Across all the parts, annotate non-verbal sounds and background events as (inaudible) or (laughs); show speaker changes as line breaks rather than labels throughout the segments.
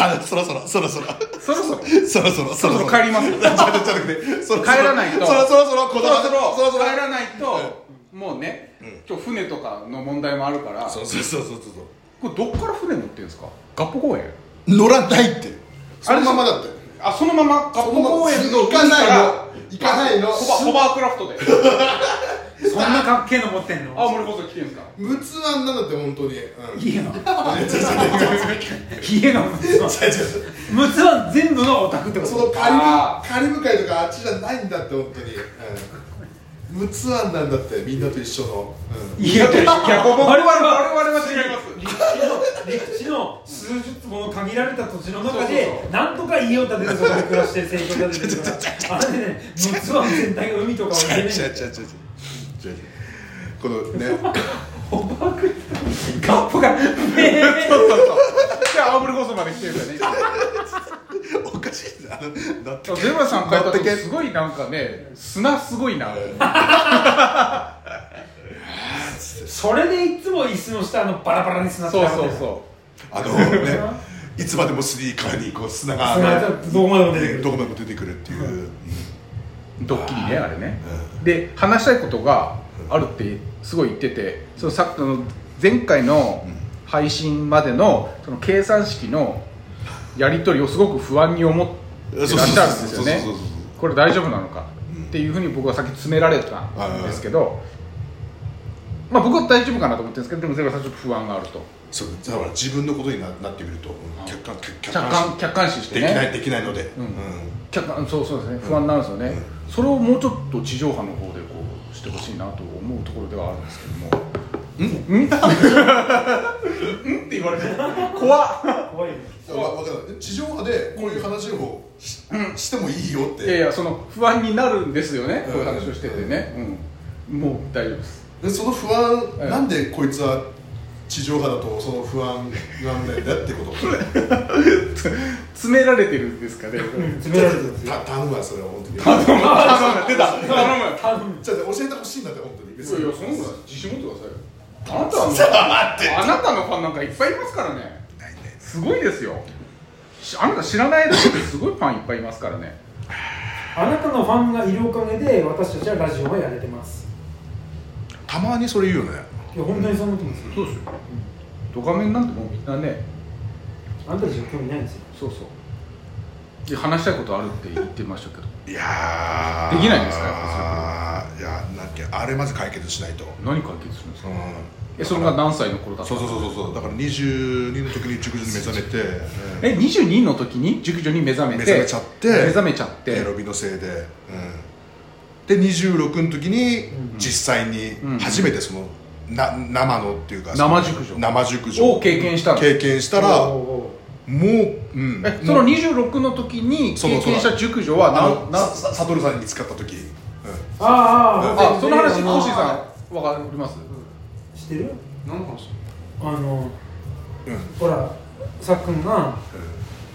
あそろそろそろそろ
そろそろ
そろそろ
そろそろ帰ります
ちょっとちょっと待ってそろそろ
帰らないと
そろそろそろ
そ
こ
ろ
だわ
そろ
そろそろ
帰らないともうねちょ船とかの問題もあるから
そうそうそうそうそう
これどっから船乗ってるんですか合浦公園
乗らないってそのままだって
あそのまま合浦
そのまま
公園の
行かないの
海
行かないの
ホバホバークラフトで (laughs)
そんなかっけえの持ってんの
青森放送来てるんですか
無痛なんだって本当に、うん
家の家の陸奥湾陸奥湾全部のお宅ってこ
そ
と
のカ
あ
リブカリブ海とかあっちじゃないんだって本当に、うん、無痛案なんだってみんなと一緒の、うん、
家の
いや我々
我々は
は我々は違います
陸地の陸地の数十もの限られた土地の中
そうそう
で
そう
なんとか家を建ててそこで暮らして生活を立ててるからあれでね陸奥湾全体が海とかを
違う違う違う
ね
違う違うこのね
おばくカップがえー
そうそうそうじゃあ青森放送まで来てるん (laughs) だね
おかしいなあの乗って
ゼブラさん帰った
乗って
時
け
すごいなんかね砂すごいな
それでいつも椅子の下のバラバラに砂
そうそう
う
そ
あのねいつまでもスニーカーにこう砂が
砂がどこまでも出てくる
どこまでも出てくるっていう
うドッキリねあれねで話したいことがあるってすごい言っててそのさあの前回の配信までのその計算式のやり取りをすごく不安に思ってらっしゃるんです
そうそ
よね
うそうそうそうそうそう
これ大丈夫なのかっていうふうに僕は先詰められたんですけど、まあ、僕は大丈夫かなと思ってるんですけどでもゼロさんちょっと不安があると
そうだから自分のことにななってみると客観客
客観
観
客観視し
視
て
できな
ね
いできないので
うん
うん
客観そうそうですね不安になるんですよね、それをもうちょっと地上波の方でこうしてほしいなと思うところではあるんですけども
って言われて
(laughs) 怖っ
怖いよ
わわからない地上波でこういう話をし,、してもいいよっ
いやい
て
やその不安になるんですよね、
うん
こういう話をしててね、うんもう大丈夫です
でその不安、
ええ
なんでこいつは地上波だとその不安なんだよねって
(laughs)
こと
詰められてるんですかね
詰められてる
た頼むわそれは本当に
頼む出た頼む
多分
じゃあ教えてほしいんだって本当に
いやいやそんな
な
の自信持ってくださいよあなた (laughs) はもうあなたのファンなんかいっぱいいますからねすごいですよしあなた知らないだけですごいファンいっぱいいますからね
あなたのファンがいるおかげで私たちはラジオはやれてます
たまにそれ言うよね
いや本当にそう思ってますよ
そうですよドカメンなんてもうみんなね
あんたたちは興味ないんですよ
そうそうで話したいことあるって言ってましたけど
いやー
できないんですかやっ
あいやなんかあれまず解決しないと、
何解決するんです
う
か
ん、
えそれが何歳の頃だった
そうそうそうそうそうだから22の時に熟女に目覚めて、うん
え22の時に熟女に目覚めて
目覚めちゃって
目覚めちゃって
エロビのせいで、うん、で26の時に実際に
ん
初めてその、な生のっていうか
生熟女
生熟女
を経験したの
経験したら
おう
も
おうおう
う、うん、
えその26の時に
そうだ
経験した熟女は
あの
なな
ささ悟さんに見つかった時、うん
ああああ
あその話コ
の
ッシーさんわかります
ん知ってる
何の話
あの
うん
ほらさっくんが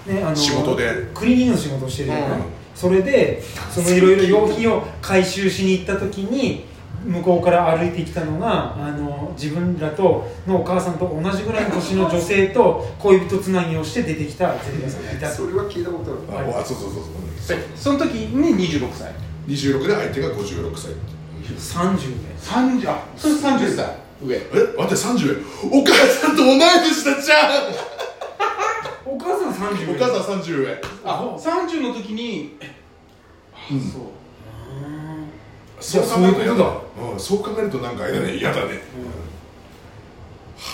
ねあの
仕事で
クリーニングの仕事をしてるじゃない、
うん
それでそのいろいろ用品を回収しに行った時に向こうから歩いてきたのがあの自分らとのお母さんと同じぐらいの年の女性と恋人つなぎをして出てきたゼリアさんがいたと
それは聞いたことある
あおあそうそうそうそう
えその時に26歳
26で相手が56歳
30で
30あそれ30歳上
え待って30お母さんと同い年だじゃん
お母さん30
(laughs) お
で
母さん30上
あ30の時にそう
そう考
そういう
えると
こと
嫌
だ
だ、うん、そう考えるとなんか嫌だね嫌だね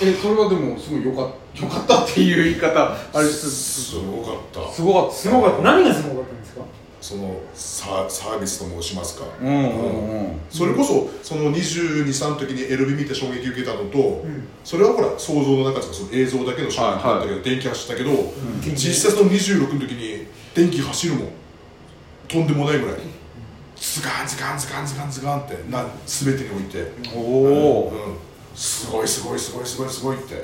えそれはでもすごいよかったよかったっていう言い方あれす
すごかった
すごかった
すごかった何がすごかったんですか
そのササービスと申しますか、
うんうんうん
それこそその22、3の時にエルビ見て衝撃受けたのと、
ん
それはほら想像の中とかその映像だけの衝撃だったけど、電気走ったけど、実際その26の時に電気走るもんとんでもないぐらいズガンズガンズガンズガンズガンってな全てにおいて、
お
う
お
ん、すごいすごいすごいすごいすごいって、うん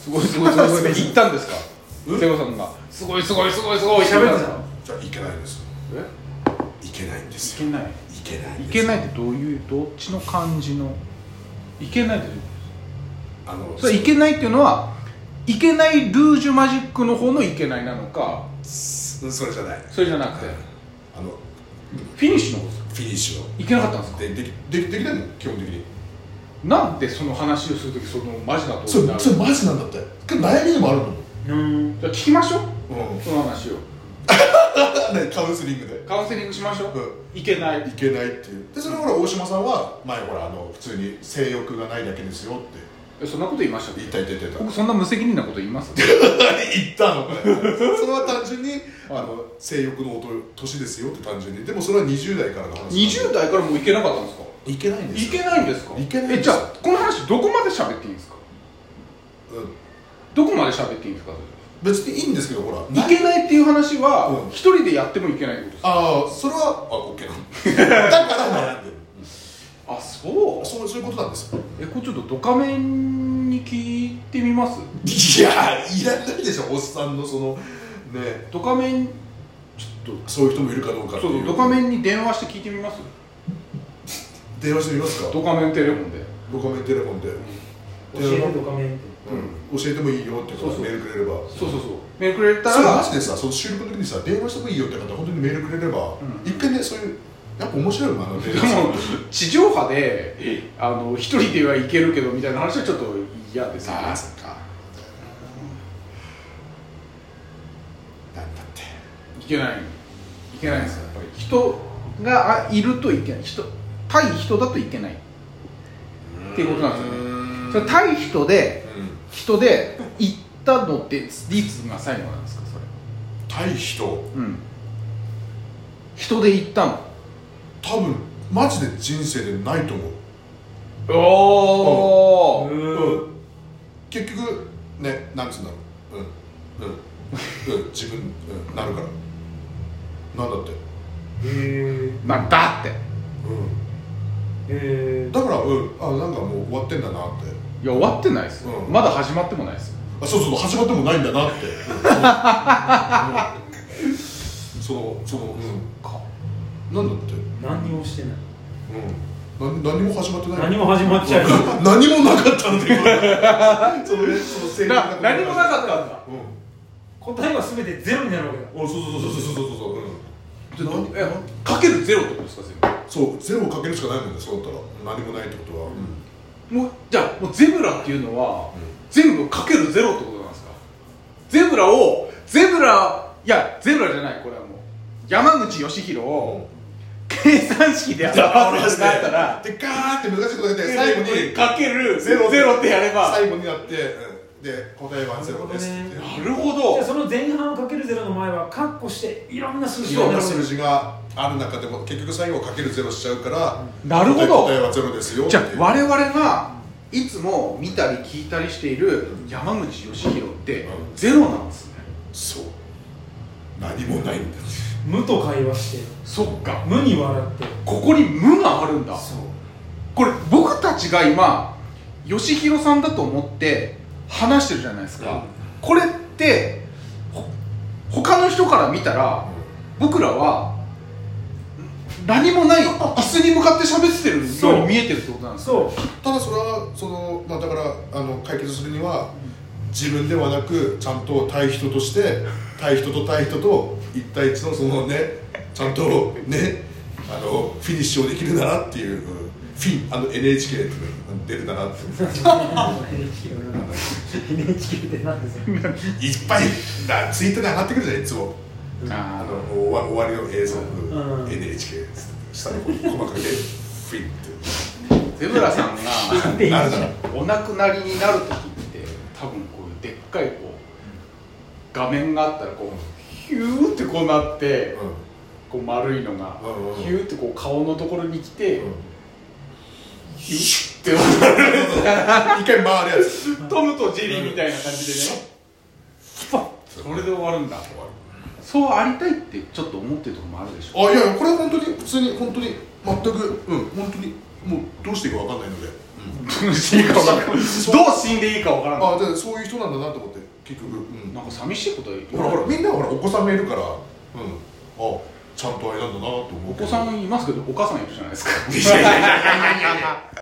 すごいすごいすごい (laughs) すごい言ったんですか瀬尾さんがすごいすごいすごいすごいって言
喋
た
っ
ん
て
です
た
か
の
じゃあいけないです
え
いけないんです
い
よ
けない
いけないん
い
です
けないってどういうどっちの感じのいけないって
あの
それいけないっていうのはいけないルージュマジックの方のいけないなのか
そそれじゃない
それじゃなくて
あの
フィニッシュの方ですか
フィニッシュを
いけなかったんですか
でできできできないの基本的に
なんでその話をするときそのマジなとこ
そ
ろにな
れそ
る
れマジなんだってけど悩みでもあるの
うん
じゃあ聞きましょう
うん
その話を
で (laughs) カウンセリングで
カウンセリングしましょう
う
いけない
んいけないっていうでそれほら大島さんは前ほらあの普通に性欲がないだけですよって
えそんなこと言いましたっけ
言った言った言った
僕そんな無責任なこと言います
言ったのそれは単純にあの性欲の年ですよって単純にでもそれは20代からの話
20代からもういけなかったんですか
いけないんです
い
よ
けないんですか
いけないん
え
です
じゃあこの話どこまで喋っていいんですか
うん
どこまで喋っていいんですか
別にいいんですけどほら
いけないっていう話は
うん
一人でやってもいけないってことですか
ああそれはあオッケーなのだから悩んでる
あそう
そうそういうことなんですよ
えこれちょっとドカメンに聞いてみます
いやいらないでしょおっさんのそのね
ドカメンちょっ
そういう人もいるかどうか
と
って
そ
いう
うドカメンに電話して聞いてみます
電話してみますか
ドカメンテレフォンで
ドカメンテレフォンで、
教えてドカメンって
うん教えてもいいよってこと
そうそう
メールくれれば
そうそうそうメールくれた
それマ
ら
ジでさその収録の時にさ電話してもいいよって方本当にメールくれれば、一回ねそういうやっぱ面白いよなあの電
で
話
も地上波であの一人ではいけるけどみたいな話はちょっと嫌ですよね
ああそっかなんだって
いけないいけないんですよやっぱり人があいるといけない人対人だといけないっていうことなんですよねそれ対人で人で行ったのってリーツが最後なんですかそれ
対人
うん人で行ったの
多分マジで人生でないと思う
お
う
うんん結局ねなんつうんだろううんうん、うん、自分、うん、なるからなんだって
へ
なんだって
う
えへ
んだからうんあなんかもう終わってんだなって
いや終わってないですよ、
うん
まだ始まってもないですよ
あそうそう始まってもないんだなって、うんそのそのうんなんだって
え何にもしてない
うんな何も始まってない
何も始まっちゃう
何もなかったんだよそのねその正義
な
感
何もなかったんだ
うん
答えは全てゼロになるわけだ
おそうそうそうそうそうそうそう
ちょっ
そう、
と
うん、
えかけるゼロってことですか全
そうゼロをかけるしかないもんねそうだったら何もないってことは、
部もうじゃあもうゼブラっていうのは、全部かけるゼロってことなんですかゼブラをゼブラいやゼブラじゃないこれはもう山口義弘を計算式で表すってなったら
でガーって難しいことやって最後に
かける
ゼ
ゼロ
ロ
ってやれば
最後になって、うん、で答えはゼロですって
なる
なるほ
ほどじゃあ
ど
その前半をかけるゼロの前はカッコしていろんな数字
い
が
ろん
並
な
べる
数字がある中でも結局最後かけるゼロしちゃうから
なるほど
答えはゼロですよ
じゃ
ってい
あ
う
我々がいつも見たり聞いたりしている山口義弘って
うん
ゼロなんですね
そう何もないんだよ
無と会話して
そっか
無に笑って
ここに無があるんだ
そう
これ僕たちが今義弘さんだと思って話してるじゃないですか、これってほ他の人から見たら僕らはん何もない椅子に向かって喋ってる
そう
ように見えてるってことなんですか
そう (laughs)
ただそれはその、まあ、だからあの解決するには自分ではなくちゃんと対人として対人と対人と一対一のそのねちゃんとねあのフィニッシュをできるならっていううんフィンあの NHK で出るならっていう
NHK の NHK って何ですか
いっぱいだツイッターで上がってくるじゃんいつもあ
あ
の終わ終わりの映像、
うん
NHK つって下の方に細かくねフィンっ
ーゼブラさんが
(laughs)
てなるなら
お亡くなりになる時って多分こういうでっかいこう画面があったらこうヒューってこうなって、
うん
こう丸いのが
うんうんうん
ヒューってこう顔のところに来て、
うん
ヒューって落ちる
一回回るやつ
トムとジェリーみたいな感じでねそれで終わるんだそうありたいってちょっと思ってるところもあるで
(laughs)
しょ
あいやいやこれは本当に普通に本当に全くうん本当にもうどうしていいか分かんないので、
どう死んでいいか分からないどう死んでいいか分からない
あでそういう人なんだなと思って結局、うん、
なんか寂しいことは言う
ほらほらみんなほらお子さんがいるから、うん、あちゃんとあれなんだなと思う
お
けど
子さんいますけどお母さんいるじゃないですか